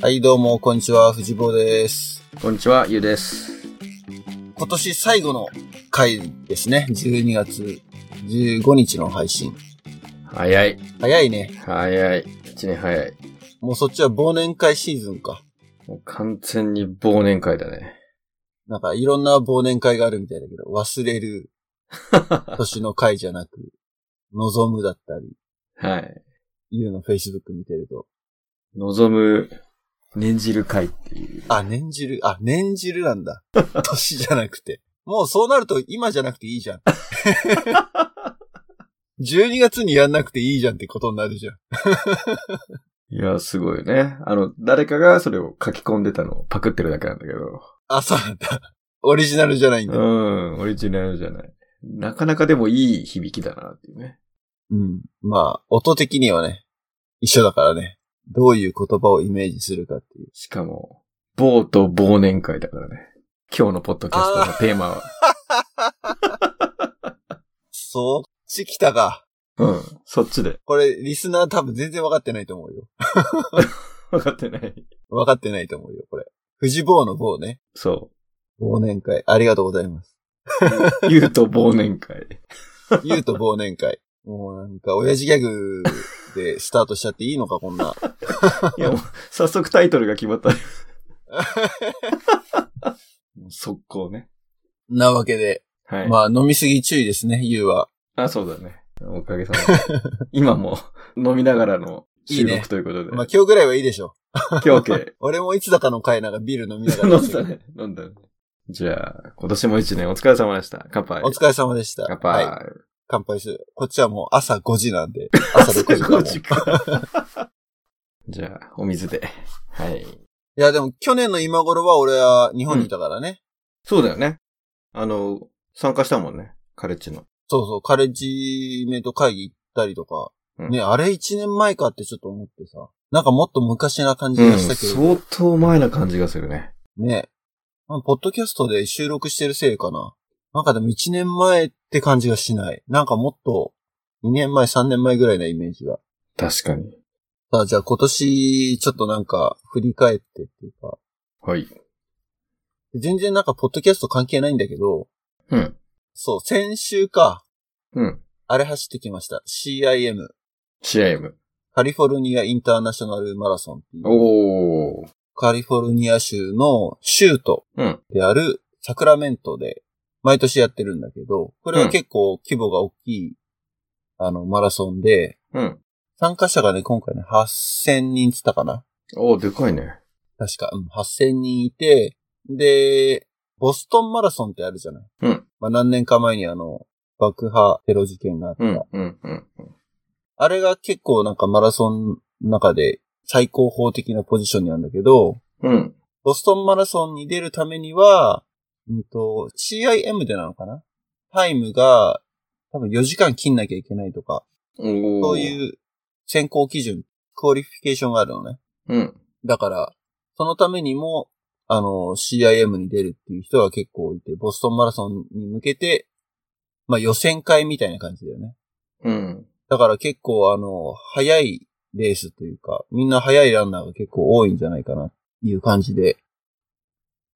はい、どうも、こんにちは、藤坊です。こんにちは、ゆうです。今年最後の回ですね。12月15日の配信。早い。早いね。早い。一年早い。もうそっちは忘年会シーズンか。もう完全に忘年会だね。なんかいろんな忘年会があるみたいだけど、忘れる年の会じゃなく、望むだったり、はい。ゆうの Facebook 見てると。望む、念じる会っていう。あ、念じる、あ、念じるなんだ。年じゃなくて。もうそうなると今じゃなくていいじゃん。12月にやんなくていいじゃんってことになるじゃん。いや、すごいね。あの、誰かがそれを書き込んでたのをパクってるだけなんだけど。あ、そうなんだ。 オリジナルじゃないんうだ。ん、オリジナルじゃない。なかなかでもいい響きだなっていうね。うん。まあ、音的にはね、一緒だからね。どういう言葉をイメージするかっていう。しかも、某と忘年会だからね。今日のポッドキャストのテーマは。そっち来たか。うん、そっちで。これ、リスナー多分全然分かってないと思うよ。わかってない。分かってないと思うよ、これ。藤坊の坊ね。そ忘年会。ありがとうござい ます。う。ゆうと忘年会。ゆうと忘年会。もうなんか、親父ギャグでスタートしちゃっていいのか、こんな。いや、もう、早速タイトルが決ま った。もう速攻ね。なわけで。はい。まあ、飲みすぎ注意ですね、ゆうは。あ、そうだね。おかげさまで。今も飲みながらの収いいね録ということで。まあ、今日ぐらいはいいでしょ今日 OK う。。 俺もいつだかの回なんかビール飲みながら。飲んだね。飲んだね。じゃあ、今年も一年お疲れ様でした。乾杯。お疲れ様でした。乾は杯。い。乾杯する。こっちはもう朝5時なん で。朝6時だもん。いか。じゃあ、お水で。はい。や、でも去年の今頃は俺は日本にいたからね。そうだよね。あの、参加したもんね。カレッジの。そうそう、カレッジメイト会議行ったりとか。うんね、あれ1年前かってちょっと思ってさ。なんかもっと昔な感じうがん。したけど。相当前な感じがするね。ね。まあポッドキャストで収録してるせいかな。なんかでも1年前って感じがしない。なんかもっと2年前、3年前ぐらいなイメージが。確かに。さあ、じゃあ今年ちょっとなんか振り返ってっていうか。はい。全然なんかポッドキャスト関係ないんだけど、うん。そう、先週か、うん。あれ走ってきました。CIM、 CIM。カリフォルニアインターナショナルマラソンっていう、おー。カリフォルニア州の州都うん。であるサクラメントで、毎年やってるんだけど、これは結構規模が大きい、あの、マラソンで、うん。参加者がね、今回ね、8000人って言ったかなおー、でかいね。確か、うん、8000人いて、で、ボストンマラソンってあるじゃないうん。まあ、何年か前にあの、爆破テロ事件があった。うん。うん。うん。あれが結構なんかマラソンの中で最高峰的なポジションにあるんだけど、うん。ボストンマラソンに出るためには、うんと、CIM でなのかなタイムが多分4時間切んなきゃいけないとか、おー。そうう。いう選考基準、クオリフィケーションがあるのね。うん。だから、そのためにも、あの、CIM に出るっていう人は結構いて、ボストンマラソンに向けて、まあ予選会みたいな感じだよね。うん。だから結構あの、早いレースというか、みんな早いランナーが結構多いんじゃないかな、いう感じで。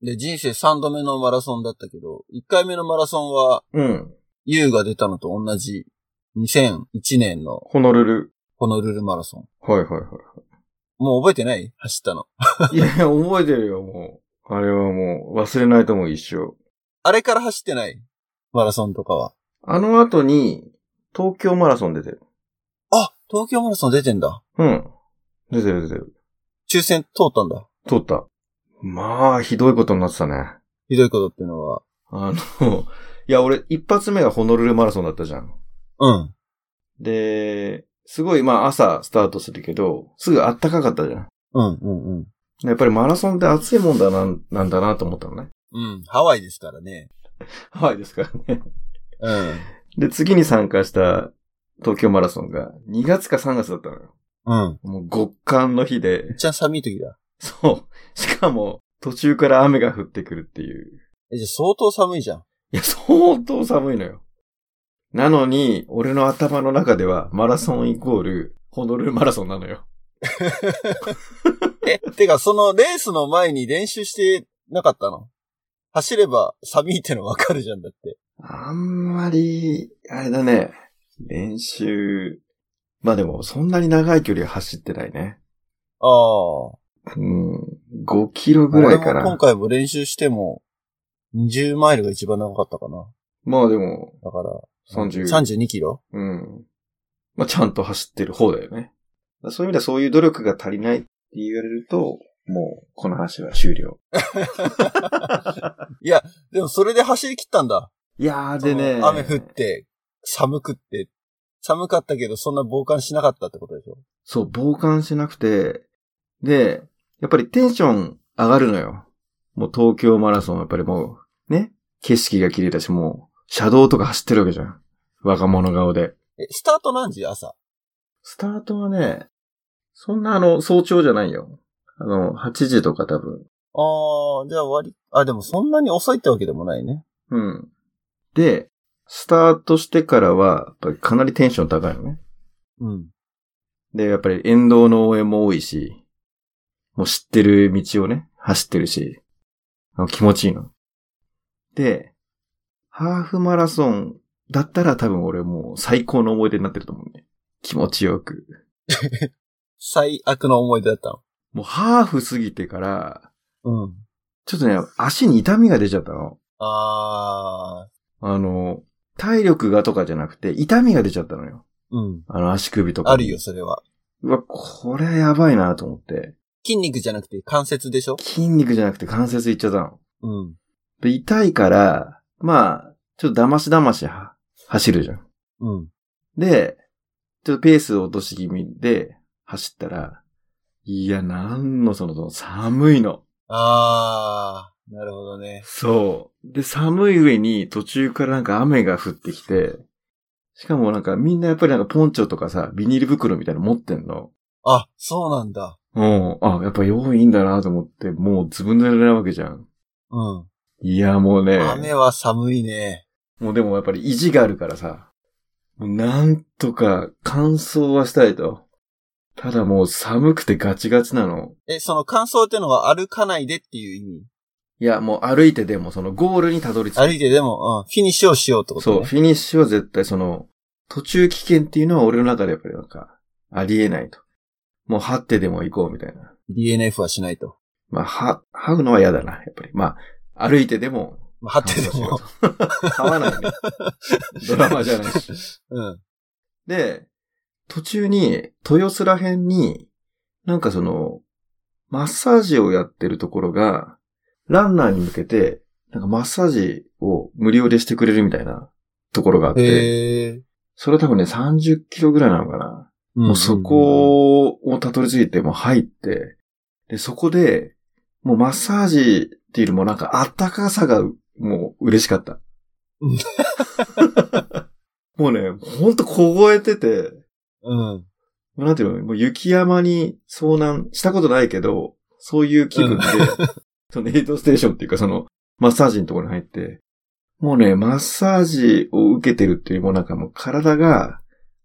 で、人生3度目のマラソンだったけど、1回目のマラソンは、うん。ユーが出たのと同じ、2001年のホノルル。ホノルルマラソン。はいはいもう覚えてない走ったの。はい。いや、覚えてるよ、もう。あれはもう、忘れないと思う、一生。あれから走ってないマラソンとかは。あの後に、東京マラソン出てる。あ東京マラソン出てんだ。うん。出てる出てる。抽選通ったんだ。通った。まあ、ひどいことになってたね。ひどいことっていうのは。あの、いや、俺、一発目がホノルルマラソンだったじゃん。うん。で、すごい、まあ朝スタートするけど、すぐ暖かかったじゃん。うん、うん、うん。やっぱりマラソンって暑いもんだな、なんだなと思ったのね。うん、ハワイですからね。はいですからね。うん。 で、次に参加した東京マラソンが2月か3月だったのよ。うん。もう極寒の日めでっ、ちゃ寒い時だ。そう。しかも、途中から雨が降ってくるっていう。え、じゃあ相当寒いじゃん。いや、相当寒いのよ。なのに、俺の頭の中ではマラソンイコール、ホノルルマラソンなのよ。え、てか、そのレースの前に練習してなかったの走れば寒いってのわかるじゃんだって。あんまり、あれだね。練習。まあでも、そんなに長い距離は走ってないね。ああ。うん。5キロぐらいか俺も今な。回も練習しても、20マイルが一番長かったかな。まあでも、だから、 30 32キロうん。まあ、ちゃんと走ってる方だよね。そういう意味ではそういう努力が足りないって言われると、もう、この話は終了。でもそれで走り切ったんだ。いやーでねそ。の雨降って、寒くって、寒かったけどそんな傍観しなかったってことでしょそう、傍観しなくて、で、やっぱりテンション上がるのよ。もう東京マラソン、やっぱりもう、ね、景色が綺麗だし、もう、車道とか走ってるわけじゃん。若者顔で。え、スタート何時朝。スタートはね、そんなあの、早朝じゃないよ。あの、8時とか多分。ああ、じゃあ割り、あ、でもそんなに遅いってわけでもないね。うん。で、スタートしてからは、やっぱりかなりテンション高いのね。うん。で、やっぱり沿道の応援も多いし、もう知ってる道をね、走ってるし、あの気持ちいいの。で、ハーフマラソンだったら多分俺もう最高の思い出になってると思うね。気持ちよく。最悪の思い出だったもうハーフ過ぎてから、の。うん。ちょっとね、足に痛みが出ちゃったの。ああ、あの、体力がとかじゃなくて、痛みが出ちゃったのよ。うん。あの足首とか。あるよ、。それは。うわ、これやばいなと思って。筋肉じゃなくて関節でしょ筋肉じゃなくて関節いっちゃったの。うん。で、痛いから、まあ、ちょっと騙し騙しは走るじゃん。うん。で、ちょっとペースを落とし気味で走ったら、いや、なんのその、その寒いの。ああ、なるほどね。そう。で、寒い上に途中からなんか雨が降ってきて、しかもなんかみんなやっぱりなんかポンチョとかさ、ビニール袋みたいなの持ってんの。あ、そうなんだ。うん。あ、やっぱ用意いいんだなと思って、もうずぶ濡れなわけじゃん。うん。いや、もうね。雨は寒いね。もうでもやっぱり意地があるからさ、もうなんとか乾燥はしたいと。ただもう寒くてガチガチなの。え、その乾燥ってのは歩かないでっていう意味いや、もう歩いてでもそのゴールにたどり着く。歩いてでも、うん、フィニッシュをしようってことそう、ね。フィニッシュは絶対その、途中危険っていうのは俺の中でやっぱりなんか、ありえないと。もう張ってでも行こうみたいな。 DNF はしないと。まあ、は、はうのは嫌だな、やっぱり。まあ、歩いてでも。まあ、はってで乾も燥。しようと。 はわないね。ドラマじゃないし。うん。で、途中に、豊洲ら辺に、なんかその、マッサージをやってるところが、ランナーに向けて、なんかマッサージを無料でしてくれるみたいなところがあって、へえ。それは多分ね、30キロぐらいなのかな。ももうそ、こをたどり着いて、もう入って、で、そこで、もうマッサージっていうよりもなんかあったかさがもう嬉しか ったうん。もうね、ほんと凍えてて、うん。もうなんていうの、もう雪山に遭難したことないけど、そういう気分で、そのエイドステーションっていうかその、マッサージのところに入って、もうね、マッサージを受けてるっていうよりもなんかもう体が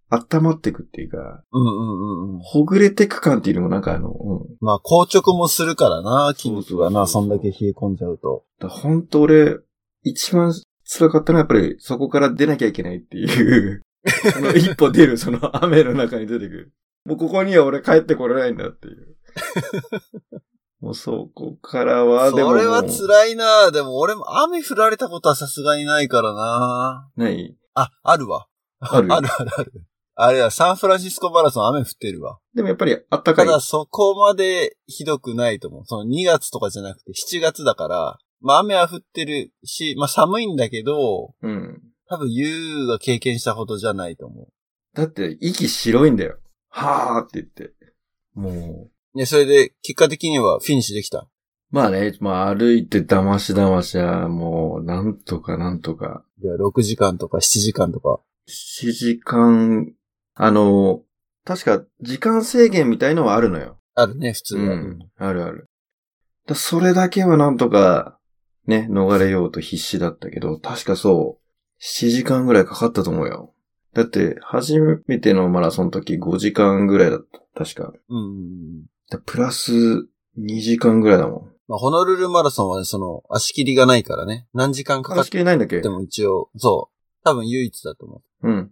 温まってくっていうか、うんうんうんうん。ほぐれてく感っていうのもなんかあの、うん。まあ、硬直もするからな、筋肉がな、そそうそんうそうだけ冷え込んじゃうと。だから本当俺、一番辛かったのはやっぱりそこから出なきゃいけないっ ていう、その一歩出る、その雨の中に出てくる。もうここには俺帰ってこれないんだっていう。 もうそこからは、でそももう。れは辛いな。でも俺も雨降られたことはさすがにないからな。ない あ、あるわ。あるあるあるある。あれはサンフランシスコマラソン雨降ってるわ。でもやっぱりあったかたい。だそこまでひどくないと思う。その2月とかじゃなくて7月だから、まあ雨は降ってるし、まあ寒いんだけど、うん。多分優が経験したほどじゃないと思だって息白いんだよ。はーって言って。もう。う。ね、それで結果的にはフィニッシュできた。まあね、まあ歩いて騙し騙しは、もう、なんとかなんとか。じゃあ6時間とか7時間とか。 7時間、あの、確か時間制限みたいのはあるのよ。あるね、普通は。ん。あるある。だそれだけはなんとか、ね、逃れようと必死だったけど、確かそう、7時間ぐらいかかったと思うよ。だって、初めてのマラソンの時5時間ぐらいだっ確か。うんうんうん。だプラス2時間ぐらいだもまあ、ホノルルマラソンはね、その、足切りがないからね。何時間ん。かかっ話しきれないんだっけても一応、そう。多分唯一だと思うん。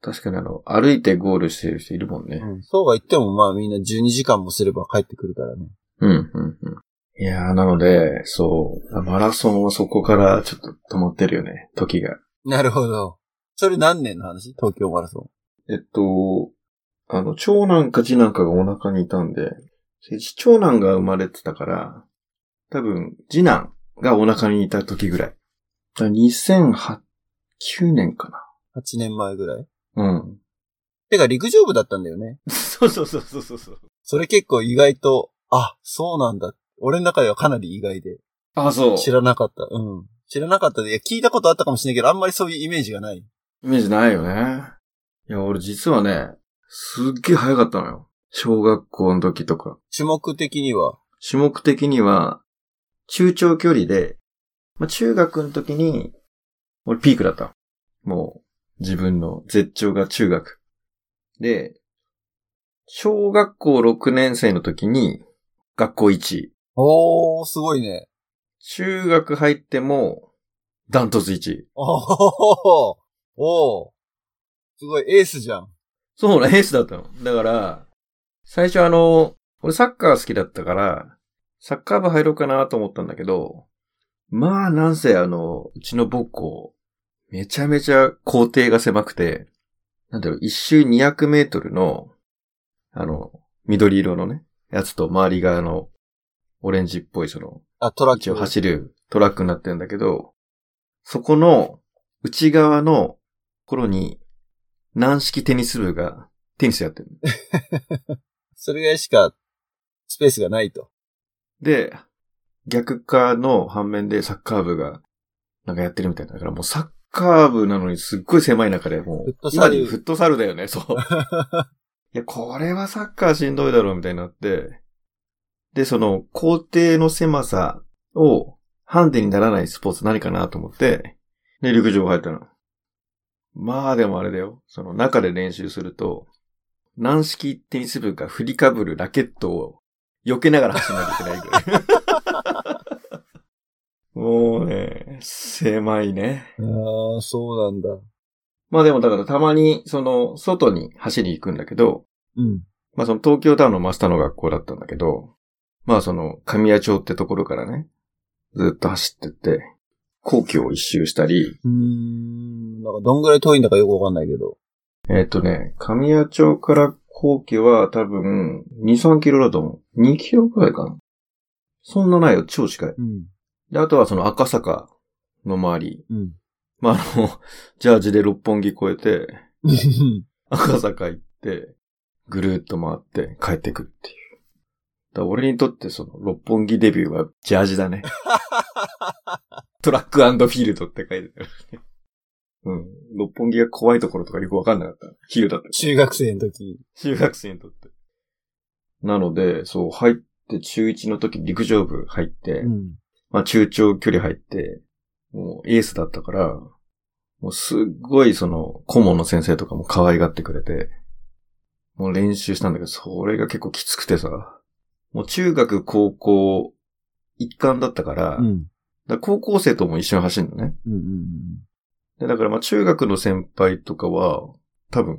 確かにあの、歩いてゴールしてる人いるもんう。ね。うん、そうは言っても、まあみんな12時間もすれば帰ってくるからね。うん、うん、うん。いやー、なので、そう、マラソンはそこからちょっと止まってるよね、時が。なるほど。それ何年の話東京マラソえっと、あの、長男か次男かがお腹にいたんで、長男が生まれてたから、多分、次男がお腹にいた時ぐらい。だから2008、9年かン。8年前ぐらい。な。うん。てか陸上部だったんだよね。そうそうそうそうそう。それ結構意外と、あ、そうなんだ。俺の中ではかなり意外で。あ、そう。知らなかった。うん。知らなかったで、いや、聞いたことあったかもしれないけど、あんまりそういうイメージがない。イメージないよね。いや、俺実はね、すっげえ早かったのよ。小学校の時とか。種目的には。種目的には、中長距離で、まあ、中学の時に、俺ピークだったの。もう、自分の絶頂が中学。で、小学校6年生の時に、学校1位。おー、すごいね。中学入っても、ダントツ1位。おー、おー。すごい、エースじゃん。そうね、エースだったの。だから、最初あの、俺サッカー好きだったから、サッカー部入ろうかなと思ったんだけど、まあなんせあの、うちの母校、めちゃめちゃ校庭が狭くて、なんだろう、一周200メートルの、あの、緑色のね、やつと周りがあの、オレンジっぽいその、あ、トラッ一ク。応走るトラックになってるんだけど、そこの内側の頃に軟式テニス部がテニスやってる。それぐらいしかスペースがないと。で、逆側の反面でサッカー部がなんかやってるみたいだから、もうサッカー部なのにすっごい狭い中で、もうフットサ今ルで言うフットサルだよ ね、そう。いや、これはサッカーしんどいだろうみたいになって、で、その校庭の狭さをハンデにならないスポーツ何かなと思って、で、陸上入ったの。まあでもあれだよ。その中で練習すると、軟式テニス部が振りかぶるラケットを避けながら走らなきゃいけないぐらい。もうね、狭いね。ああ、そうなんだ。まあでもだからたまに、その、外に走り行くんだけど、うん。まあその東京タワーの真下の学校だったんだけど、まあその、神谷町ってところからね、ずっと走ってって、皇居を一周したり、うーん。なんかどんぐらい遠いんだかよくわかんないけど。えっ、とね、神谷町から皇居は多分、2、3キロだと思う。2キロくらいかな。そんなないよ、超近い。うん。で、あとはその赤坂の周り、うん。 まああの、 ジャージで六本木越えて、赤坂行って、ぐるーっと回って帰ってくるっていう。だから俺にとってその、六本木デビューはジャージだ ね。トラックフィールドって書いてある、うん。六本木が怖いところとかよくわかんなかった。昼だった。中学生の時。中学生にとって。なので、そう、入って、中1の時陸上部入って、ん。まあ中長距離入って、もうエースだったから、もうすっごいその、顧問の先生とかも可愛がってくれて、もう練習したんだけど、それが結構きつくてさ、もう中学、高校、一貫だったから、うん。うだかんら高校生とも一緒に走るのね。うんうん。でだからまあ中学の先輩とかは、多分、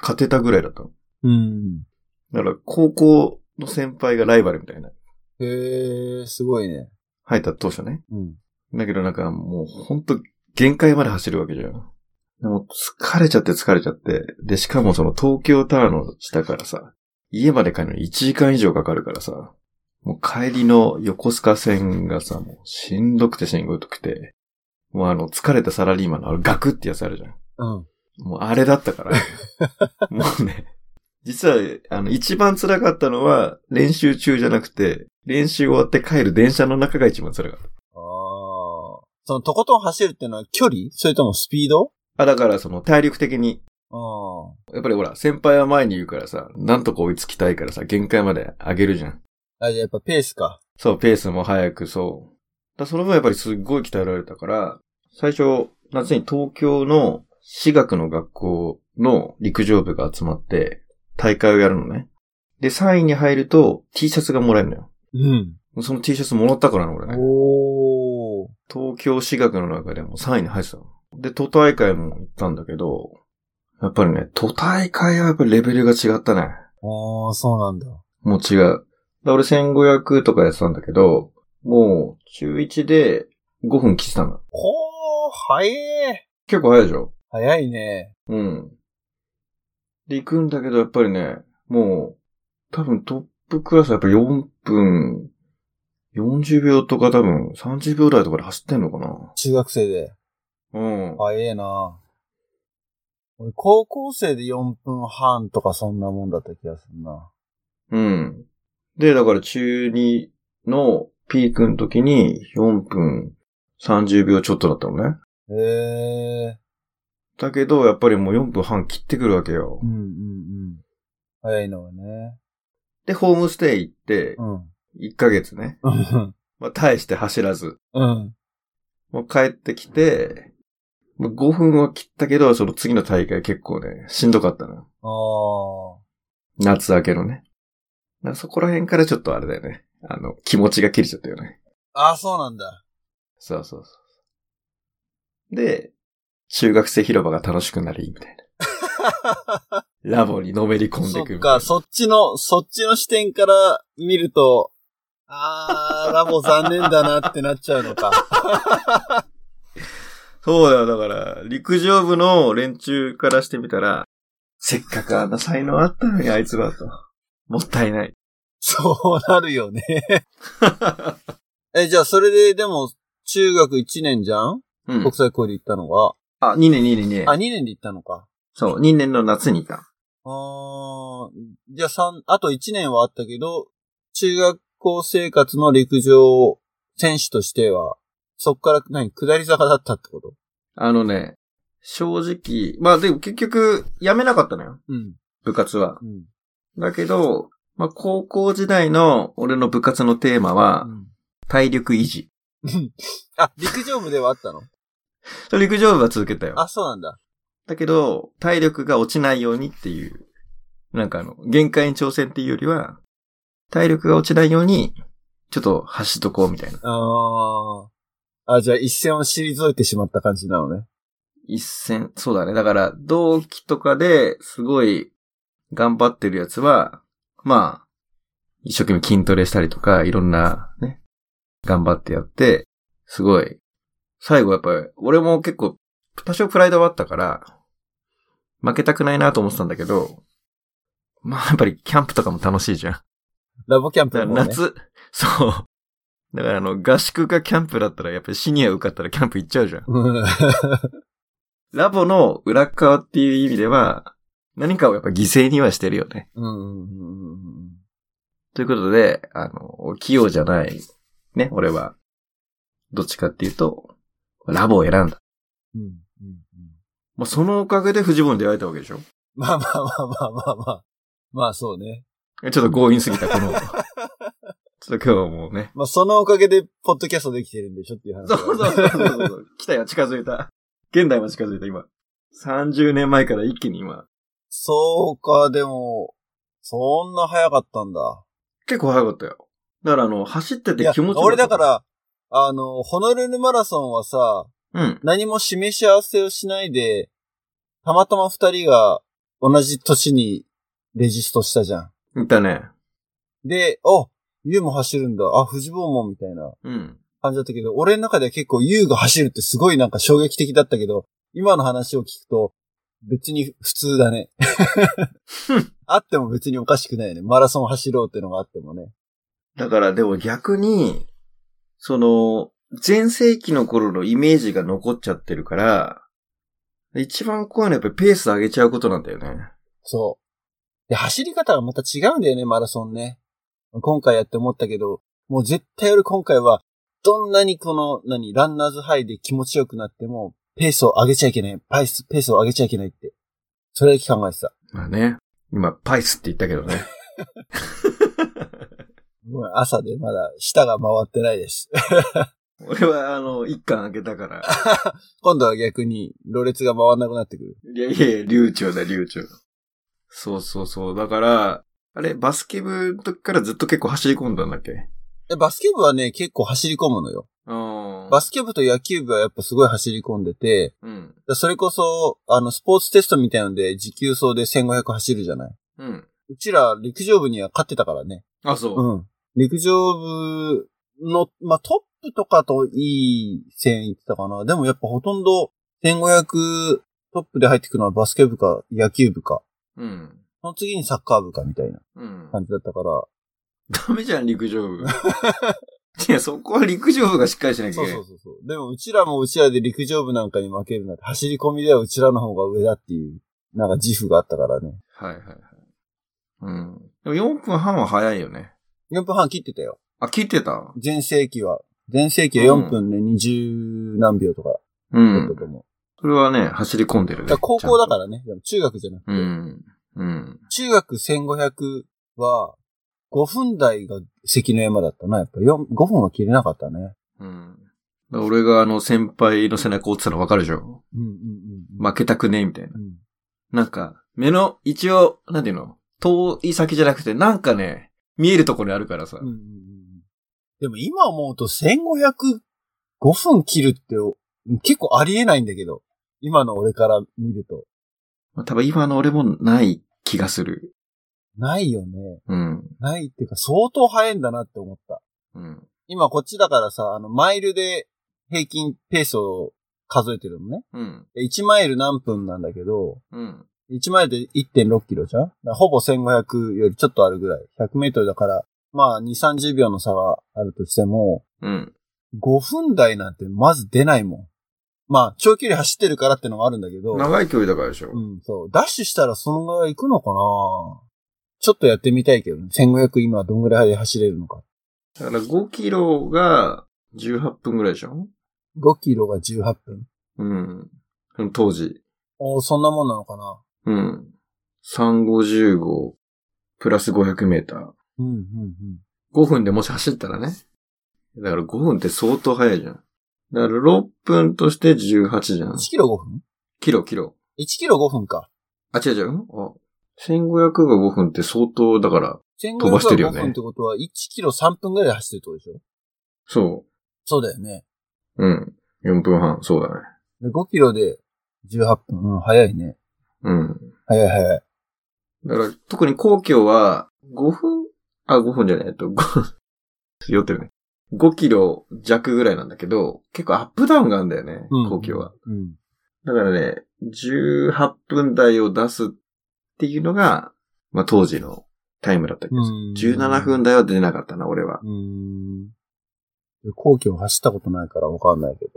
勝てたぐらいだったの。うん。だから高校の先輩がライバルみたいな。へえ、すごいね。入った当初ね。うん。だけどなんかもうほんと限界まで走るわけじゃん。でも疲れちゃって疲れちゃって。で、しかもその東京タワーの下からさ、家まで帰るのに1時間以上かかるからさ、もう帰りの横須賀線がさ、もうしんどくてしんどくて、もうあの疲れたサラリーマンのあのガクってやつあるじゃん。うん。もうあれだったから。もうね。実は、あの、一番辛かったのは練習中じゃなくて、練習終わって帰る電車の中が一番辛かった。ああ。その、とことん走るってのは距離それともスピードあ、だからその体力的に、あやっぱりほら、先輩は前にいるからさ、なんとか追いつきたいからさ、限界まで上げるじゃん。あ。あ、じゃあやっぱペースか。そう、ペースも速く、そう。だその分やっぱりすっごい鍛えられたから、最初、夏に東京の私学の学校の陸上部が集まって、大会をやるのね。で、3位に入ると T シャツがもらえるのよ。うん。その T シャツもらったからね、俺ね。おー。東京私学の中でも3位に入ってたの。で、都大会も行ったんだけど、やっぱりね、都大会はやっぱレベルが違ったね。あー、そうなんだ。もう違う。で俺1500とかやってたんだけど、もう中1で5分切ってたの。ほー、早え。結構早いでしょ早いね。うん。で、行くんだけど、やっぱりね、もう、多分トップクラスはやっぱり4分、40秒とか多分30秒台とかで走ってんのかな中学生で。うん。早えな。俺、高校生で4分半とかそんなもんだった気がするな。うん。で、だから中2のピークの時に4分30秒ちょっとだったのね。へえ。だけど、やっぱりもう4分半切ってくるわけようんう。んうん。早いのはね。で、ホームステイ行ってう、ん。 1ヶ月ね。うん。まあ、大して走らず。うん。もう帰ってきて、まあ5分は切ったけど、その次の大会結構ね、しんどかったな。ああ。夏明けのね。だからそこら辺からちょっとあれだよね。あの、気持ちが切れちゃったよね。ああ、そうなんだ。そうそうそう。で、中学生広場が楽しくなり、みたい な。ラボにのめり込んでそくるっ。か、そっちの、そっちの視点から見ると、ああ、ラボ残念だなってなっちゃうのか。 そうだよ、だから、陸上部の連中からしてみたら、せっかくあんな才能あったのに、あいつはと。もったいない。そうなるよね。え、じゃあそれで、でも、中学1年じゃんうん国。際交流行ったのは。あ、2年、2年、2あ、2年。年で行ったのか。そう、2年の夏にいた。あーじゃあ三あと1年はあったけど、中学校生活の陸上選手としては、そっから何、下り坂だったってことあのね、正直、まあでも結局、辞めなかったのよ、うん。部活は。うん。だけど、まあ高校時代の俺の部活のテーマは、体力維持。あ、陸上部ではあったのそれ陸上部は続けたよ。あ、そうなんだ。だけど、体力が落ちないようにっていう、なんかあの、限界に挑戦っていうよりは、体力が落ちないように、ちょっと走っとこうみたいな。あーあ、じゃあ一線を退いてしまった感じなのね。一戦、そうだね。だから、同期とかですごい頑張ってるやつは、まあ、一生懸命筋トレしたりとか、いろんなね、頑張ってやって、すごい、最後やっぱり、俺も結構、多少プライドはあったから、負けたくないなと思ってたんだけど、まあやっぱりキャンプとかも楽しいじゃん。ラボキャンプだのか方らね。夏、そう。だからあの、合宿がキャンプだったら、やっぱりシニア受かったらキャンプ行っちゃうじゃん。うん。ラボの裏側っていう意味では、何かをやっぱ犠牲にはしてるよね。うんうんうんうんということで、あの、器用じゃない、ね、俺は、どっちかっていうと、ラボを選んだ。うんうんうんまあ、そのおかげでフジボンに出会えたわけでしょまあまあまあまあまあまあ。まあそうね。えちょっと強引すぎた、この。 ちょっと今日はもうね。まあそのおかげで、ポッドキャストできてるんでしょっていう話そだうね、そうそうそうそう。来たよ、近づいた。現代も近づいた、今。30年前から一気に今。そうか、でも、そんな早かったんだ。結構早かったよ。だからあの、走っていてや気持ちよった俺だか、ら、あの、ホノルルマラソンはさ、うん。何も示し合わせをしないで、たまたま二人が同じ年にレジストしたじゃん。いたね。で、あ、ユウも走るんだ。あ、フジボンもみたいなうん。感じだったけど、俺の中では結構ユウが走るってすごいなんか衝撃的だったけど、今の話を聞くと、別に普通だね。あっても別におかしくないよね。マラソン走ろうってのがあってもね。だからでも逆に、その、前世紀の頃のイメージが残っちゃってるから、一番怖いのはやっぱりペース上げちゃうことなんだよね。そう。で、走り方がまた違うんだよね、マラソンね。今回やって思ったけど、もう絶対俺今回は、どんなにこの、何、ランナーズハイで気持ちよくなっても、ペースを上げちゃいけない。パイス、ペースを上げちゃいけないって。それだけ考えてた。まあね。今、パイスって言ったけどね。ごめん、朝でまだ舌が回ってないです。 俺はあの、一巻上げた から。今度は逆に、ろれつが回らなくなってくる。いやいや、流暢だ、流暢。そうそうそう。だから、あれ、バスケ部の時からずっと結構走り込んだんだっけでバスケ部はね、結構走り込むのよ。あバスケ部と野球部はやっぱすごい走り込んでて、うん。でそれこそ、あの、スポーツテストみたいので、持久走で1500走るじゃない。うん。うちら、陸上部には勝ってたからね。あ、そう。うん。陸上部の、まあ、トップとかといい線いってたかな。でもやっぱほとんど1500トップで入ってくるのはバスケ部か野球部か。うん。その次にサッカー部かみたいなうん。感じだったから。ダメじゃん、陸上部。 いや、そこは陸上部がしっかりしなきゃそいうけない。そうそうそう。でもうちらもうちらで陸上部なんかに負けるなんて、走り込みではうちらの方が上だっていう、なんか自負があったからね。はいはいはい。うん。でも4分半は早いよね。 4分半切ってたよ。あ、切ってた全盛期は。全盛期は4分ね、20何秒とかうだったん。と思う。それはね、走り込んでる、だね。。から高校だかららね、でも中学じゃなくて。うん。うん。中学1500は、5分台が関の山だったな。やっぱ4 5分は切れなかったね。うん。だから俺があの先輩の背中を追ってたの分かるでしょうんうんうん。負けたくねえみたいなう。ん。なんか、目の、一応、なんていうの遠い先じゃなくて、なんかね、見えるところにあるからさ。うんうんうん。でも今思うと1500、5分切るって結構ありえないんだけど。今の俺から見ると。まあ、多分今の俺もない気がする。ないよね。うん。ないっていうか相当早いんだなって思った。うん。今こっちだからさ、あの、マイルで平均ペースを数えてるのね。うん。 1マイル何分なんだけど、うん。 1マイルで1.6キロじゃんだからほぼ1500よりちょっとあるぐらい。100メートルだから、まあ2、30秒の差があるとしても、うん。 5分台なんてまず出ないもん。まあ、長距離走ってるからってのがあるんだけど、長い距離だからでしょ。うん、そう。ダッシュしたらそのぐらい行くのかなちょっとやってみたいけどね。1500今どんぐらいで走れるのか。だから5キロが18分ぐらいでしょ5キロが18分。うん。その当時。おーそんなもんなのかなうん。3515プラス500メーター。うん、うん、うん。 5分でもし走ったらね。だから5分って相当早いじゃん。だから6分として18じゃん1。キロ5分キロ、キロ。 ?1 キロ5分か。あ、違う違う。んあ、1500が5分って相当、だから、 1500飛ばしてるよが5ね分ってことは1キロ3分ぐらいで走ってるってことでしょそそうだよね。う。うん。4分半、そうだね。で、5キロで18分。うん、早いね。うん。早い早い。だから、特に皇居は、5分あ、5分じゃない、えっと、5、酔ってるね。5キロ弱ぐらいなんだけど、結構アップダウンがあるんだよね、うん皇居は。うん。だからね、18分台を出すっていうのが、まあ当時のタイムだったけど、うん17分台は出なかったな、俺は。うん。で皇居を走ったことないからわかんないけど。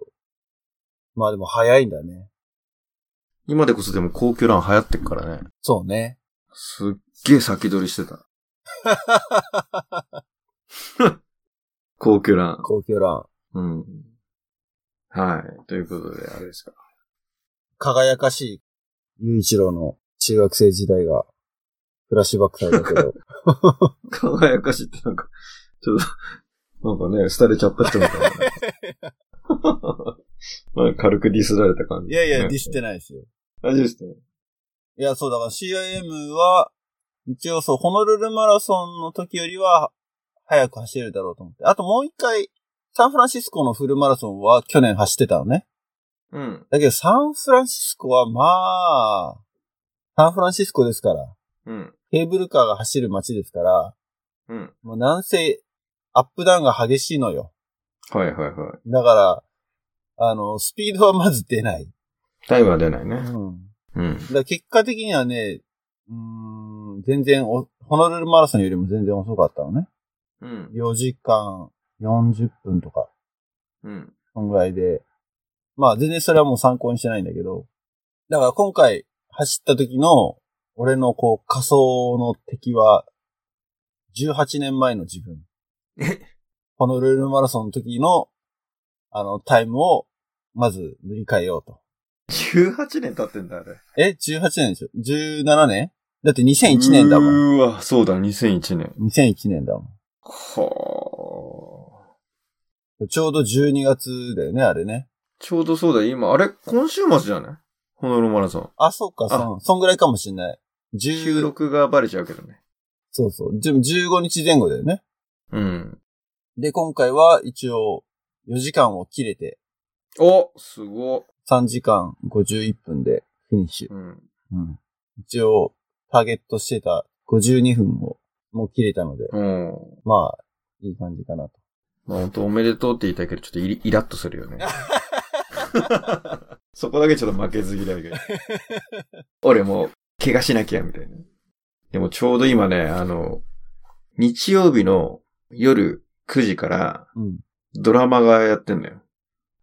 まあでも早いんだね。今でこそでも皇居ラン流行ってるからね。そうね。すっげえ先取りし てた。 皇居ラン。皇居ラン。うん。はい。ということで、あれですか。輝かしい、雄一郎の中学生時代が、フラッシュバックされたけど。輝かしいってなんか、ちょっと、なんかね、廃れちゃった人みたいな。 なんか軽くディスられた感じ。ねて ないですよ。大丈夫ですね。いや、そうだから CIM は、一応そう、ホノルルマラソンの時よりは、早く走れるだろうと思って。あともう一回、サンフランシスコのフルマラソンは去年走ってたのね。うん。だけどサンフランシスコはまあ、サンフランシスコですから、うん。ケーブルカーが走る街ですから、うん。もうなんせ、アップダウンが激しいのよ。はいはいはい。だから、あの、スピードはまず出ない。タイムは出ないうね。ん。うん。だから結果的にはね、うーん、全然お、ホノルルマラソンよりも全然遅かったのね。うん。 4時間40分とか、うん。そんぐらいで。まあ全然それはもう参考にしてないんだけど。だから今回走った時の、俺のこう仮想の敵は、18年前の自分。えホノルルマラソンの時の、あの、タイムを、まず塗り替えようと。 18年経ってんだ、あれ。え ?18 年でしょ ?17 年だって2001年だもん。うーわ、そうだ、2001年。 2001年だもん。はあ。ちょうど12月だよね、あれね。ちょうどそうだ、今、あれ、今週末じゃないホノルルマラソン。あ、そうか、あそん、そんぐらいかもしんない。収16、録がバレちゃうけどね。そうそう。じゅ15日前後だよね。うん。で、今回は一応4時間を切れて、おすご3時間51分でフィニッシュ。うん。うん。一応、ターゲットしてた52分をもう切れたので、うん。まあ、いい感じかなと。まあ本当おめでとうって言いたいけど、ちょっとイリイラッとするよね。 そこだけちょっと負けず嫌い が。俺もう、怪我しなきゃ、みたいな。でもちょうど今ね、あの、日曜日の夜9時からうん。ドラマがやってんのよ。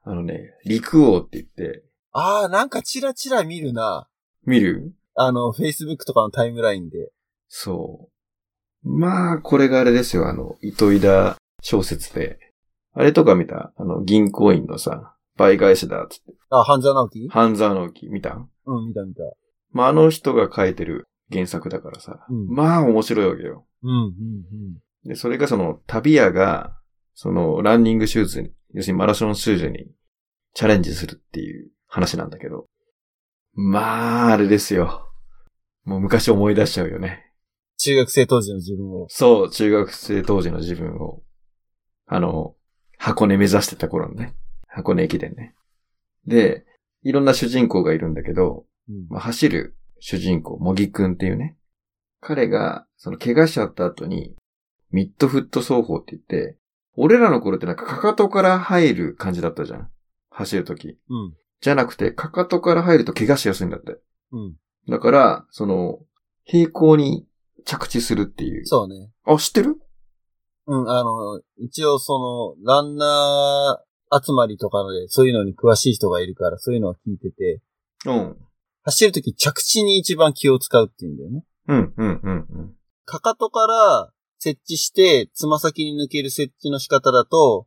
あのね、陸王って言って、ああ、なんかチラチラ見るな。見るあの、Facebook とかのタイムラインで。そう。まあ、これがあれですよ、あの、糸井田小説で。あれとか見たあの、銀行員のさ、倍返しだ、つって。あ、半沢直樹半沢直樹、見たうん、見た見た。まあ、あの人が書いてる原作だからさ。うんまあ、面白いわけよ。うん、うん、で、それがその、旅屋が、その、ランニングシューズに、要するにマラソンシューズにチャレンジするっていう話なんだけど。まあ、あれですよ。もう昔思い出しちゃうよね。中学生当時の自分を。そう、中学生当時の自分を、あの、箱根目指してた頃のね、箱根駅伝ね。で、いろんな主人公がいるんだけど、うんまあ、走る主人公、茂木くんっていうね、彼が、その怪我しちゃった後に、ミッドフット走法って言って、俺らの頃ってなんかかかとから入る感じだったじゃん。走るとき。うん。じゃなくて、かかとから入ると怪我しやすいんだって。うん。だから、その、平行に着地するっていう。そうね。あ、知ってるうん、あの、一応その、ランナー集まりとかで、そういうのに詳しい人がいるから、そういうのは聞いてて、うん。走るとき着地に一番気を使うっていうんだよね。うん、うん、うん、うん。かかとから設置して、つま先に抜ける設置の仕方だと、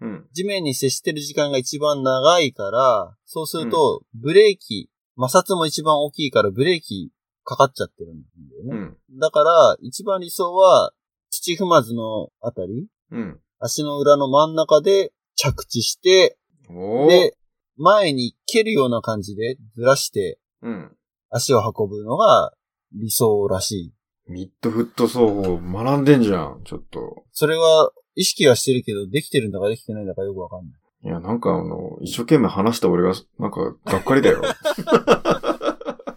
うん。地面に接してる時間が一番長いから、そうすると、ブレーキ、摩擦も一番大きいからブレーキかかっちゃってるんだよね。うん。だから、一番理想は、土踏まずのあたり、うん。足の裏の真ん中で着地して、おーで、前に蹴るような感じでずらしてうん。足を運ぶのが理想らしい。ミッドフット走法学んでんじゃん、ちょっと。それは意識はしてるけど、できてるんだかできてないんだかよくわかんない。いや、なんかあの、一生懸命話した俺が、なんか、がっかり だよ。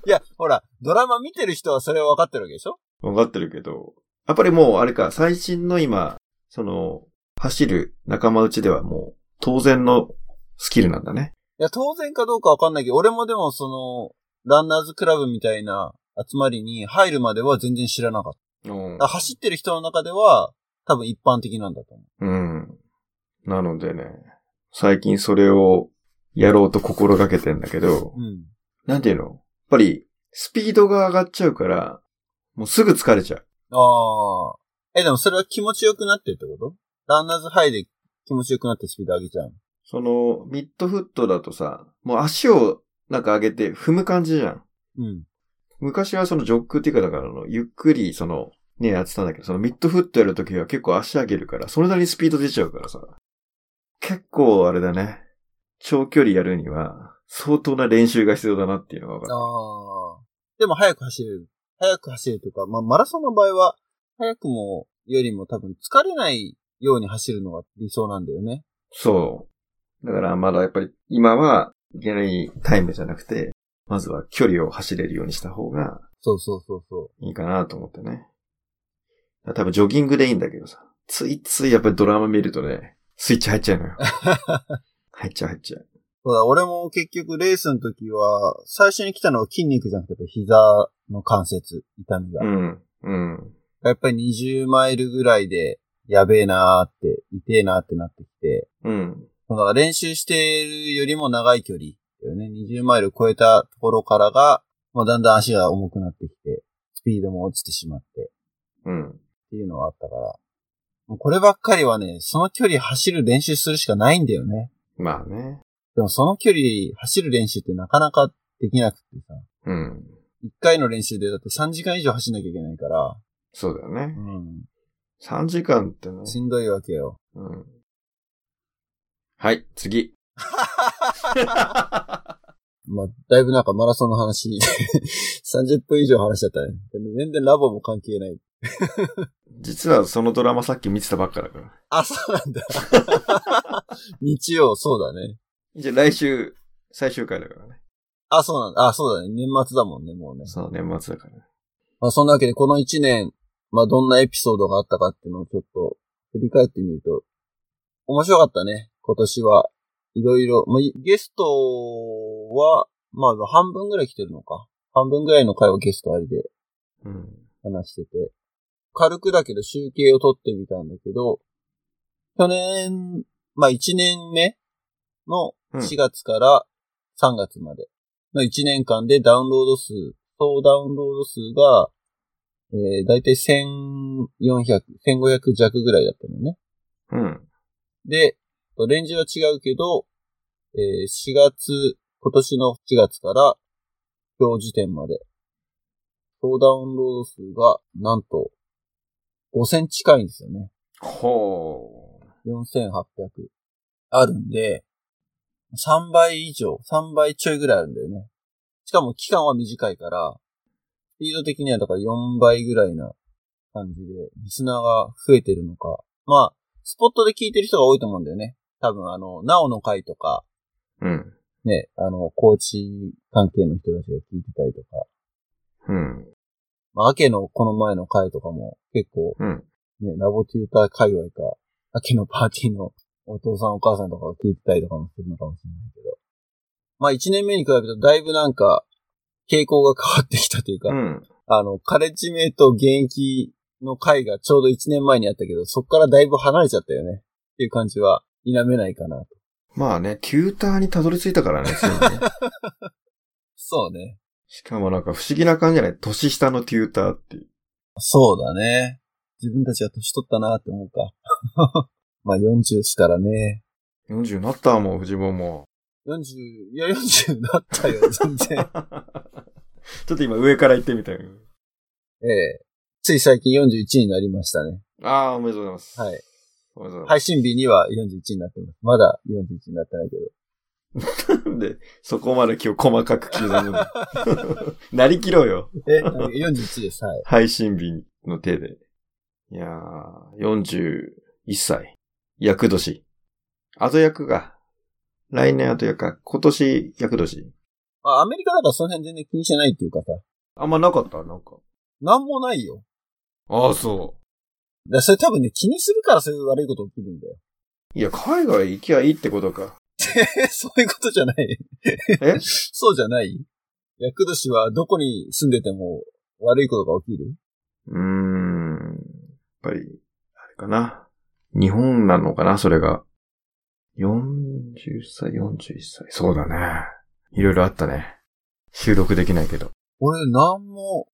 いや、ほら、ドラマ見てる人はそれはわかってるわけでしょわかってるけど。やっぱりもう、あれか、最新の今、その、走る仲間内ではもう、当然のスキルなんだね。いや、当然かどうかわかんないけど、俺もでもその、ランナーズクラブみたいな集まりに入るまでは全然知らなかっうんた。あ走ってる人の中では、多分一般的なんだと思う。うん。なのでね、最近それをやろうと心がけてんだけど、うん。なんていうのやっぱり、スピードが上がっちゃうから、もうすぐ疲れちゃう。ああ。え、でもそれは気持ちよくなってってことランナーズハイで気持ちよくなってスピード上げちゃうのその、ミッドフットだとさ、もう足をなんか上げて踏む感じじゃん。うん。昔はそのジョックっていうか、だからあの、ゆっくりその、ね、やってたんだけど、そのミッドフットやるときは結構足上げるから、それなりにスピード出ちゃうからさ。結構あれだね。長距離やるには、相当な練習が必要だなっていうのが分かる。ああ。でも早く走れる。早く走るというか、まあマラソンの場合は、早くも、よりも多分疲れないように走るのが理想なんだよね。そう。だからまだやっぱり今はいけないタイムじゃなくて、まずは距離を走れるようにした方がそうそうそうそいいかなと思ってね。多分ジョギングでいいんだけどさ、ついついやっぱりドラマ見るとね、スイッチ入っちゃうのよ。入っちゃう入っちゃう。う。そうだ、俺も結局レースの時は、最初に来たのは筋肉じゃなくて、膝の関節、痛みが。うん、うん、やっぱり20マイルぐらいで、やべえなーって、痛えなーってなってきて、うん、だから練習しているよりも長い距離だよね。20マイル超えたところからが、まあ、だんだん足が重くなってきて、スピードも落ちてしまってっうん。ていうのはあったから。もうこればっかりはね、その距離走る練習するしかないんだよね。まあね。でもその距離走る練習ってなかなかできなくてさ、うん。 1回の練習でだって3時間以上走んなきゃいけないから、そうだようね。ん、 3時間ってね。しんどいわけよ。うん。はい、次。まあ、だいぶなんかマラソンの 話、30分以上話しちゃったね。でも全然ラボも関係ない。実はそのドラマさっき見てたばっかだから。あ、そうなんだ。 日曜、そうだね。じゃあ来週、最終回だからね。あ、そうなんだ。あ、そうだね。年末だもんね、もうね。そう、年末だから。まあ、そんなわけで、この1年、まあ、どんなエピソードがあったかっていうのをちょっと、振り返ってみると、面白かったね。今年は、いろいろ、まあ、ゲストは、まあ、半分ぐらい来てるのか。半分ぐらいの回はゲストありでうん。話してて、軽くだけど集計を取ってみたんだけど、去年、まあ1年目のうん4月から3月までの1年間でダウンロード数、総ダウンロード数が、えー、だいたい1400、1500弱ぐらいだったのね。うん。で、レンジは違うけど、えー4月、今年の4月から今日時点まで、総ダウンロード数がなんと5000近いんですよね。ほ4800あるんで、3倍以上、3倍ちょいぐらいあるんだよね。しかも期間は短いから、スピード的にはだから4倍ぐらいな感じで、リスナーが増えてるのか。まあ、スポットで聞いてる人が多いと思うんだよね。多分あの、なおの会とか、う。うん。ね、あの、コーチ関係の人たちが聞いてたりとか、うん。まあ、アケのこの前の会とかも結構うん。ね、ラボテューター界隈か、秋のパーティーのお父さんお母さんとかが聞いてたりとかもするのかもしれないけど。まあ一年目に比べるとだいぶなんか、傾向が変わってきたというか、うん。あの、カレッジ名と現役の会がちょうど一年前にあったけど、そこからだいぶ離れちゃったよね。っていう感じは否めないかなと。まあね、テューターにたどり着いたからね、ついに ねそうね。しかもなんか不思議な感じじゃない年下のテューターっていう。そうだね。自分たちが年取ったなって思うか。 まあ40ですからね。 40になったもん、藤本も。 40、いや40だったよ、全然。ちょっと今上から言ってみたい。ええつい最近41になりましたね。ああ、おめでとうございます。はい。おめでとうございま配信日には41になってます。まだ41になってないけど。す。なん で、そこまで今日細かく刻むの なりきろうよ。え、あの41です。はい。配信日の手で。いやー、41歳。役年。後役が。来年後役か。今年役年。まあ、アメリカだからその辺全然気にしてないっていうかさ。あんまなかったなんか。なんもないよ。ああ、そだからそれ多分ね、気にするからそういう悪いこと起きるんだよ。う。いや、海外行きゃいいってことか。え、 そういうことじゃない。え そうじゃない役年はどこに住んでても悪いことが起きるうーん。やっぱり、あれかな。日本なのかなそれが。40歳、41歳。そうだね。いろいろあったね。収録できないけど。俺、なんも、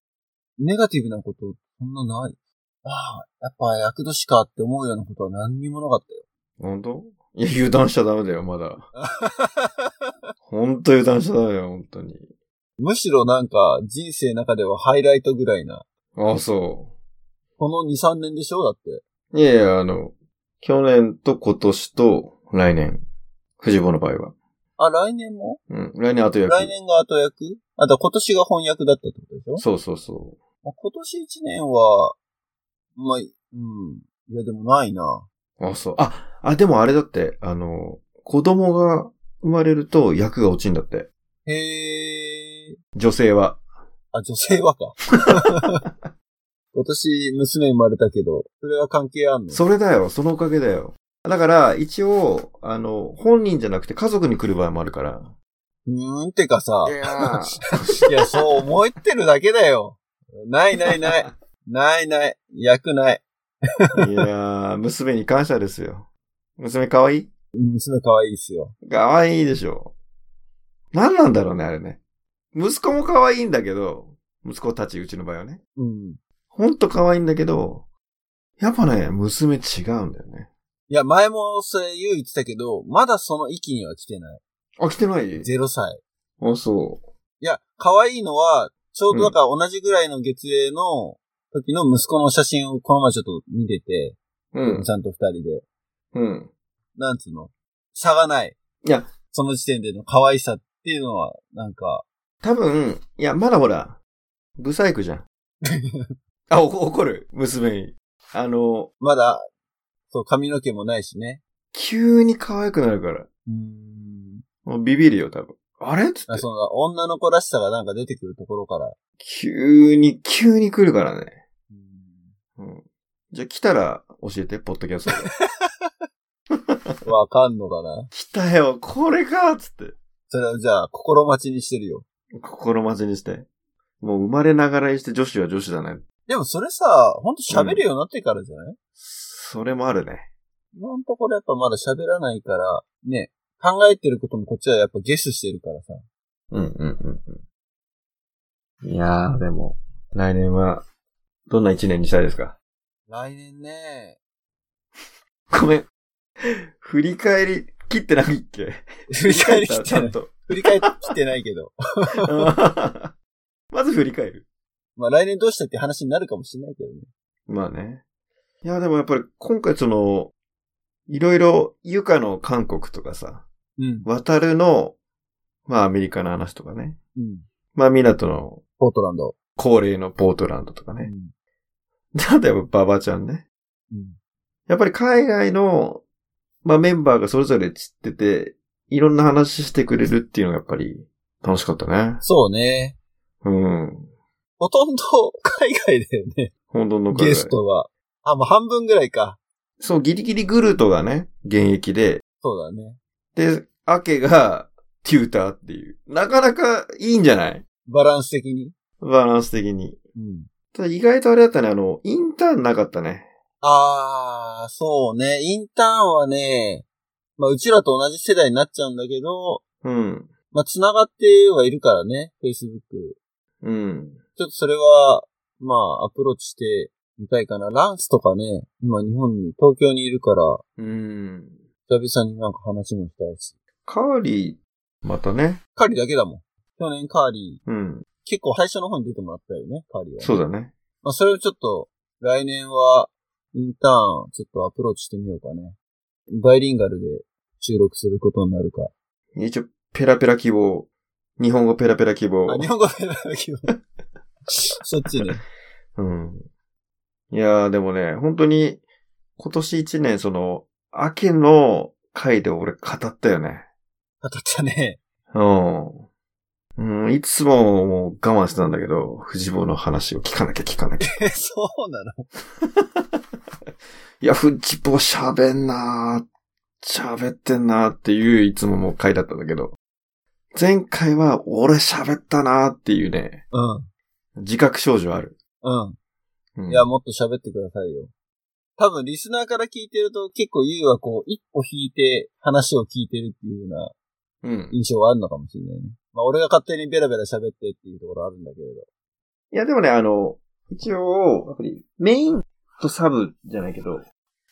ネガティブなこと、そんなない。ああ、やっぱ役年かって思うようなことは何にもなかったよ。本当いや、油断しちゃダメだよ、まだ。本当油断しちゃダメだよ、本当に。むしろなんか人生の中ではハイライトぐらいな。ああ、そこの2、3年でしょだって。う。いやいや、あの、去年と今年と来年。藤本の場合は。あ、来年もうん。来年後役。来年が後役あと今年が翻訳だったってことでしょそうそうそまあ今年1年は、まあ、うん。いやでもないな。う。ああ、そう。あ、あ、でもあれだって、あの、子供が生まれると役が落ちんだって。へえ。女性は。あ、女性はか。今年娘生まれたけど、それは関係あんのそれだよ、そのおかげだよ。だから、一応、あの、本人じゃなくて家族に来る場合もあるから。うーんってかさ。やいや、そう思ってるだけだよ。ないないない。ないない。役ない。いやー、娘に感謝ですよ。娘可愛い娘可愛いですよ。可愛いでしょ。何なんだろうね、あれね。息子も可愛いんだけど、息子たち、うちの場合はね。うん。ほんと可愛いんだけど、やっぱね、娘違うんだよね。いや、前もそれ言う言ってたけど、まだその域には来てない。あ、来てない0歳。あ、そいや、可愛いのは、ちょうどだから同じぐらいの月齢の時の息子の写真をこの前ちょっと見てて、う。うんち。ゃんと二人で。うん。なんつうの差がない。いや、その時点での可愛さっていうのは、なんか、多分、いや、まだほら、ブサイクじゃ ん。あ、お怒る、娘に。あの、まだ、そう、髪の毛もないしね。急に可愛くなるから。うーん。もうビビるよ、多分。あれっつっあて。その女の子らしさがなんか出てくるところから。急に、急に来るからね。うんうん。じゃあ来たら教えて、ポッドキャスト で。わかんのかな来たよ、これかっつって。それはじゃあ、心待ちにしてるよ。心待ちにして。もう生まれながらにして女子は女子だね。でもそれさ、ほんと喋るようになってからじゃない、それもあるね。今のところやっぱまだ喋らないから、ね、考えてることもこっちはやっぱゲスしてるからさ。うんうんうんうん。いやー、でも、来年は、どんな一年にしたいですか来年ね、ごめん。振り返り、切ってないっけ振り返りき ちてゃなんい。と。振り返ってきてないけど。 まず振り返る。まあ来年どうしたって話になるかもしれないけどね。まあね。いや、でもやっぱり今回その、いろいろ、ゆかの韓国とかさ、うん。渡るの、まあアメリカの話とかね。うん。まあ港のポートランド。恒例のポートランドとかうね。ん。であとやっぱババちゃんね。うん。やっぱり海外の、まあメンバーがそれぞれ散ってて、いろんな話してくれるっていうのがやっぱり楽しかったね。そうね。うん。ほとんど海外だよね。本当の海外ゲストが。あ、もう半分ぐらいか。そう、ギリギリグルートがね、現役で、そうだね。で、アケが、テューターっていう。なかなかいいんじゃないバランス的に。バランス的に。うん。ただ意外とあれだったね、あの、インターンなかったね。あー、そうね。インターンはね、まあうちらと同じ世代になっちゃうんだけど、うん。まあ、繋がってはいるからね、Facebook。うん。ちょっとそれは、まあ、アプローチしてみたいかな。ランスとかね、今日本に、東京にいるから、うん。久々になんか話もしたいし。カーリー、またね。カーリーだけだもん。去年カーリー、うん。結構最初の方に出てもらったよね、カーリーは。そうだね。まあ、それをちょっと、来年は、インターン、ちょっとアプローチしてみようかね。バイリンガルで収録することになるか。一応、ペラペラ希望。日本語ペラペラ希望。あ、日本語でなんだけど。そっちね。うん。いやー、でもね、本当に、今年一年、その、秋の回で俺語ったよね。当たったね。 うん。うん、いつももう我慢してたんだけど、藤坊の話を聞かなきゃ聞かなきゃ。え、そうなのいや、藤坊喋んなー喋ってんなーっていう、いつももう回だったんだけど、前回は俺喋ったなーっていうね、う自覚症状ある。ん。ううんん。いや、もっと喋ってくださいよ。多分、リスナーから聞いてると、結構、ゆうはこう、一歩引いて話を聞いてるっていうようなうん。い印象はあるのかもしれないね。まあ、俺が勝手にベラベラ喋ってっていうところあるんだけ れど。や、でもね、あの、一応、やっぱりメインとサブじゃないけど、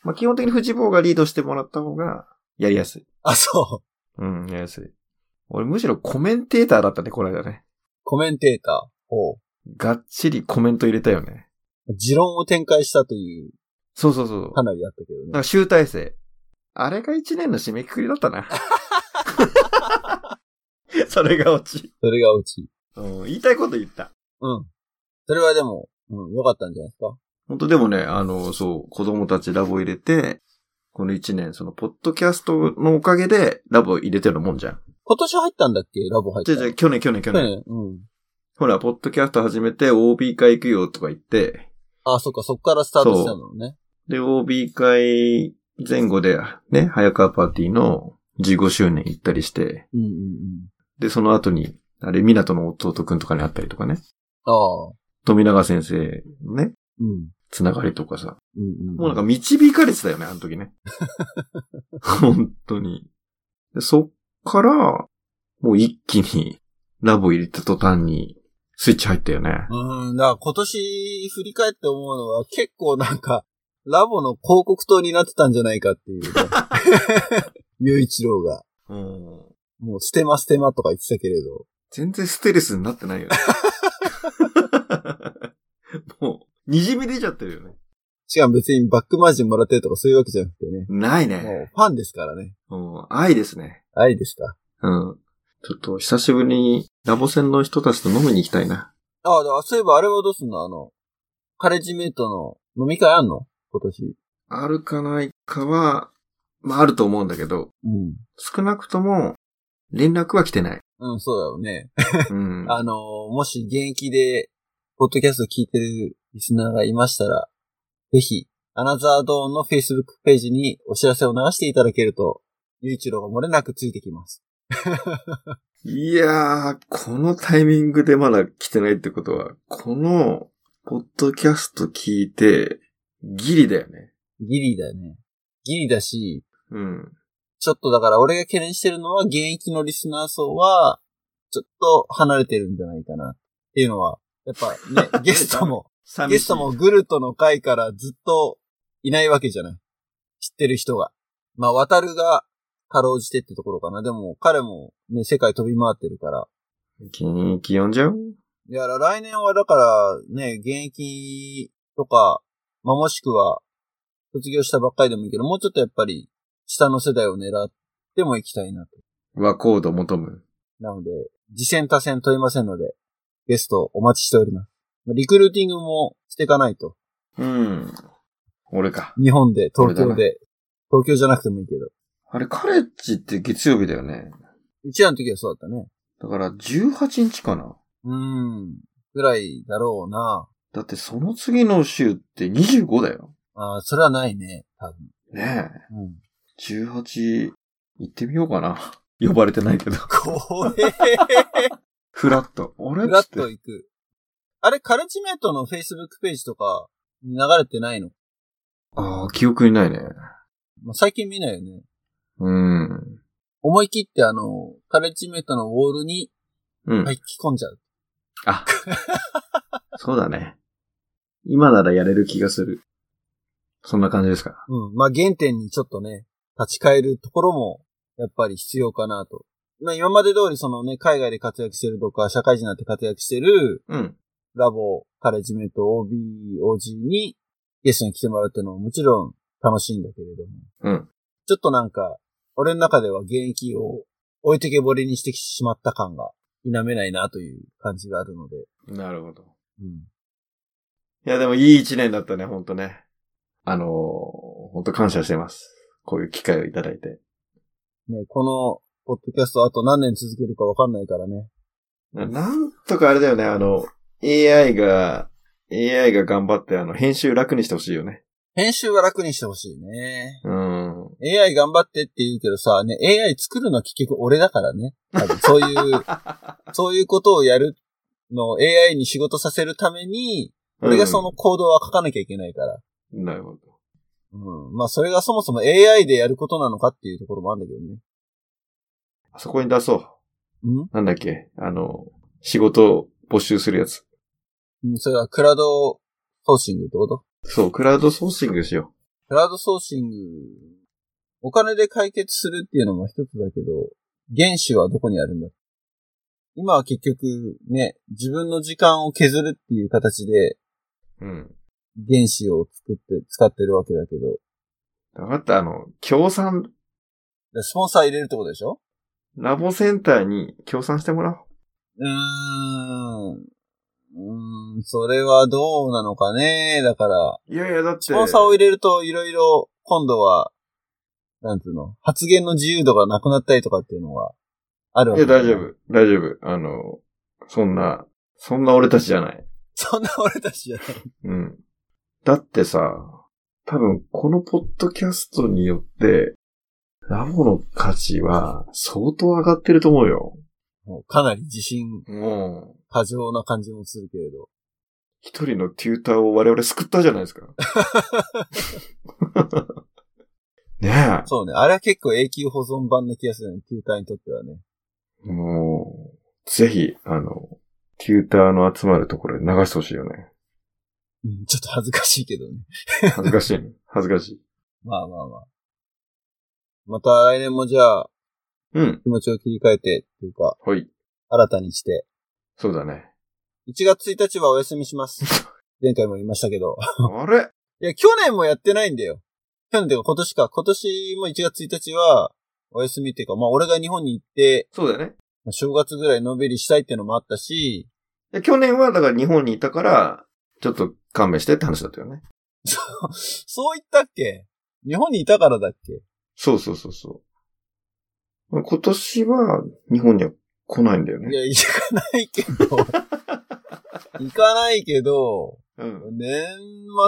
まあ、基本的に藤坊がリードしてもらった方が、やりやすい。あ、そう。うん、やりやすい。俺むしろコメンテーターだったね、この間ね。コメンテーター。ほがっちりコメント入れたよね。う。持論を展開したという、そうそうそう。かなりあったけどなね。んか集大成。あれが一年の締めくくりだったな。 それが落ち。それがうち。うん、言いたいこと言った。うん。それはでも、うん、良かったんじゃないですか。本当でもね、あの、そう、子供たちラボ入れて、この一年、その、ポッドキャストのおかげで、ラボ入れてるもんじゃん。今年入ったんだっけラボ入っじた。ゃじゃ去年、去年、去去年。年うん。ほら、ポッドキャスト始めて、OB 会行くよとか言って、あ、そっか、そっからスタートしたのね。で、OB 会前後で、ね、早川パーティーの15周年行ったりして、うんうんうん。で、その後に、あれ、港の弟くんとかに会ったりとかね、ああ。富永先生のね、うん。つながりとかさ、うんうん。もうなんか導かれてたよね、あの 時ね。本当に。でそっから、もう一気にラボ入れた途端にスイッチ入ったよね。うん、だから今年振り返って思うのは結構なんか、ラボの広告塔になってたんじゃないか っていう、ね。ゆういちろうが、うん、もう捨てま捨てまとか言ってたけれど。全然ステレスになっ てないよね。もう、にじみ出ちゃってるよね。しかも別にバックマージンもらってるとかそういうわけじゃなくてね。ないもね。うファンですからね。うん、愛ですね。愛ですか。うん。ちょっと久しぶりにラボ戦の人たちと飲みに行きたいな。ああ、だからそういえばあれはどうすんのあの、カレッジメイトの飲み会あんの今年。あるかないかは、まああると思うんだけど、うん。少なくとも連絡は来てない。うん、そうだよね。うん。あのー、もし現役で、ポッドキャスト聞いてるリスナーがいましたら、ぜひ、アナザードーンの Facebook ページにお知らせを流していただけると、ゆういちろうが漏れなくついてきます。いやー、このタイミングでまだ来てないってことは、この、ポッドキャスト聞いて、ギリだよね。ギリだよね。ギリだし、うん。ちょっとだから俺が懸念してるのは、現役のリスナー層は、ちょっと離れてるんじゃないかな。っていうのは、やっぱ ね、ゲストも、ゲストもグルトの回からずっといないわけじゃない。知ってる人が。まあ、渡るが、かろうじてってところかな。でも、彼もね、世界飛び回ってるから。現役呼んじゃういや、来年はだから、ね、現役とか、まあ、もしくは、卒業したばっかりでもいいけど、もうちょっとやっぱり、下の世代を狙っても行きたいなと。和コード求む。なので、次戦他戦問いませんので、ゲストお待ちしております。リクルーティングもしていかないと。うん。俺か。日本で、東京これだなで、東京じゃなくてもいいけど。あれ、カレッジって月曜日だよね。うちらの時はそうだったね。だから、18日かな。うーん。ぐらいだろうな。だって、その次の週って25だよ。ああ、それはないね。多分。ねえ。うん。 18、行ってみようかな。 呼ばれてないけど。 怖え。フラット。俺ふらっと行く。あれ、カルチメイトの Facebook ページとか、流れてないの、ああ、記憶にないね。まあ、最近見ないよね。うん。思い切ってあの、カレッジメイトのウォールにうん。入り込んじゃう。あ。そうだね。今ならやれる気がする。そんな感じですか。うん。まあ、原点にちょっとね、立ち返るところも、やっぱり必要かなと。まあ、今まで通りそのね、海外で活躍してるとか、社会人になって活躍してる、うん。ラボ、カレッジメント、OB、OG に、ゲストに来てもらうっていうのももちろん楽しいんだけれども。うん。ちょっとなんか、俺の中では現役を置いてけぼりにしてしまった感が否めないなという感じがあるので。なるほど。うん。いや、でもいい一年だったね、ほんとね。あのー、ほんと感謝してます。こういう機会をいただいて。ね、この、ポッドキャストあと何年続けるかわかんないからね。ななんとかあれだよね、あの、AI が、AI が頑張って、あの、編集楽にしてほしいよね。編集は楽にしてほしいね。うん。 AI 頑張ってって言うけどさ、ね、AI 作るのは結局俺だからね。多分そう いう、そういうことをやるのを AI に仕事させるために、俺がその行動は書かなきゃいけないから。うん、なるほど。うん。まあそれがそもそも AI でやることなのかっていうところもあるんだけどね。あそこに出そう。うんなんだっけあの、仕事を募集するやつ。うん、それはクラウドソーシングってことそう、クラウドソーシングしよクラウドソーシング、お金で解決するっていうのも一つだけど、原資はどこにあるんだ今は結局ね、自分の時間を削るっていう形で、う。うん。原子を作って、使ってるわけだけど、わかった、あの、協賛、でスポンサー入れるってことでしょラボセンターに協賛してもらうーん。うーん、それはどうなのかね。だから、おう。いやいや、だって。スポンサーを入れるといろいろ、今度は、なんつうの、発言の自由度がなくなったりとかっていうのがあるわいけや、だ大丈。夫。大丈夫。あの、そんな、そんな俺たちじゃない。そんな俺たちじゃない。うん。だってさ、多分このポッドキャストによって、ラボの価値は相当上がってると思うよ。もうかなり自信もう、過剰な感じもするけれど。一人のテューターを我々救ったじゃないですか。ねそうね、あれは結構永久保存版な気がするね。球体にとってはね。え。もう、ぜひ、あの、テューターの集まるところで流してほしいよね。うん、ちょっと恥ずかしいけどね。恥ずかしいね。恥ずかしい。まあまあまあ。また来年もじゃあ、うん。気持ちを切り替えて、というか、はい。新たにして。そうだね。 1月1日はお休みします。前回も言いましたけど。あれいや、去年もやってないんだよ。去年というか今年か。今年も1月1日は、お休みっていうか、まあ俺が日本に行って、そうだよね。まあ正月ぐらいのんびりしたいっていうのもあったし、 で去年はだから日本にいたから、ちょっと勘弁してって話だったよね。そう言ったっけ日本にいたからだっけそうそうそうそう。今年は日本には来ないんだよいね。や、行かないけど。行かないけど、うん。年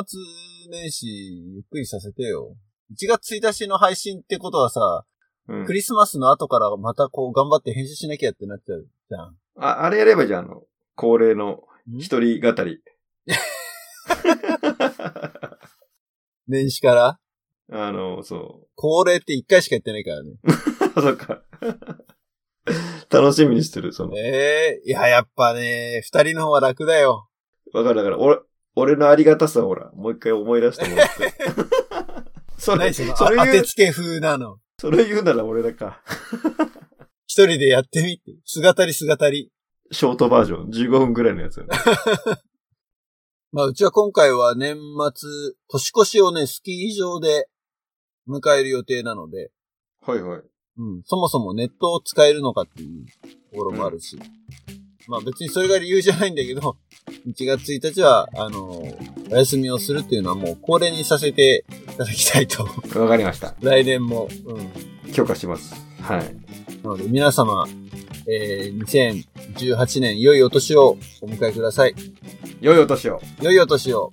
末年始、ゆっくりさせてよ。1月1日の配信ってことはさ、うんクリスマスの後からまたこう頑張って編集しなきゃってなっちゃうじゃん。あ、あれやればいいじゃん、あの、恒例のん一人語り。年始からあの、そ恒例って1回しかやってないからね。う。 そっか。楽しみにしてる、その。ええいや、やっぱね、二人の方は楽だよ。わかる、だから、俺、俺のありがたさをほら、もう一回思い出してもら って。それ、何そその、れあ当言てう、つけ風なの。それ言うなら俺だか。一人でやってみて。姿り姿り。ショートバージョン、15分くらいのや つよね。まあ、うちは今回は年末、年越しをね、スキー場で迎える予定なので、はいはい。うん、そもそもネットを使えるのかっていうところもあるし、まあ別にそれが理由じゃないんだけど、1月1日は、あの、お休みをするっていうのはもう恒例にさせていただきたいと。 わかりました。来年も、うん、許可します。はい。なので皆様、えー、2018年良いお年をお迎えください。良いお年を。良いお年を。